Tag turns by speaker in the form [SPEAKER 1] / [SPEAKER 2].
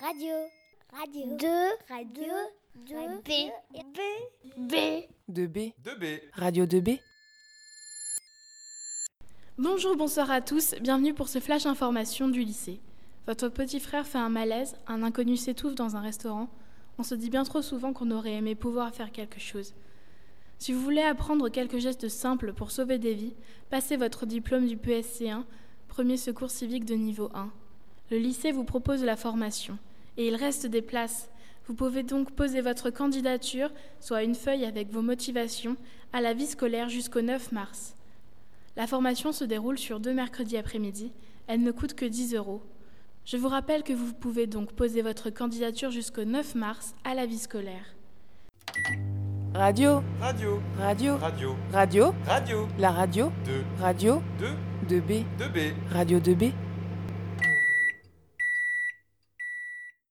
[SPEAKER 1] Radio. Radio. 2. Radio. 2. B. B. B.
[SPEAKER 2] 2B,
[SPEAKER 3] 2B.
[SPEAKER 2] Radio 2B,
[SPEAKER 4] Bonjour, bonsoir à tous, bienvenue pour ce flash information du lycée. Votre petit frère fait un malaise, un inconnu s'étouffe dans un restaurant. On se dit bien trop souvent qu'on aurait aimé pouvoir faire quelque chose. Si vous voulez apprendre quelques gestes simples pour sauver des vies, passez votre diplôme du PSC1, premier secours civique de niveau 1. Le lycée vous propose la formation et il reste des places. Vous pouvez donc poser votre candidature, soit une feuille avec vos motivations, à la vie scolaire jusqu'au 9 mars. La formation se déroule sur deux mercredis après-midi. Elle ne coûte que 10 euros. Je vous rappelle que vous pouvez donc poser votre candidature jusqu'au 9 mars à la vie scolaire.
[SPEAKER 2] Radio,
[SPEAKER 3] Radio.
[SPEAKER 2] Radio,
[SPEAKER 3] Radio.
[SPEAKER 2] Radio,
[SPEAKER 3] Radio.
[SPEAKER 2] la radio,
[SPEAKER 3] 2.
[SPEAKER 2] Radio
[SPEAKER 3] 2.
[SPEAKER 2] 2B,
[SPEAKER 3] 2B.
[SPEAKER 2] Radio 2B.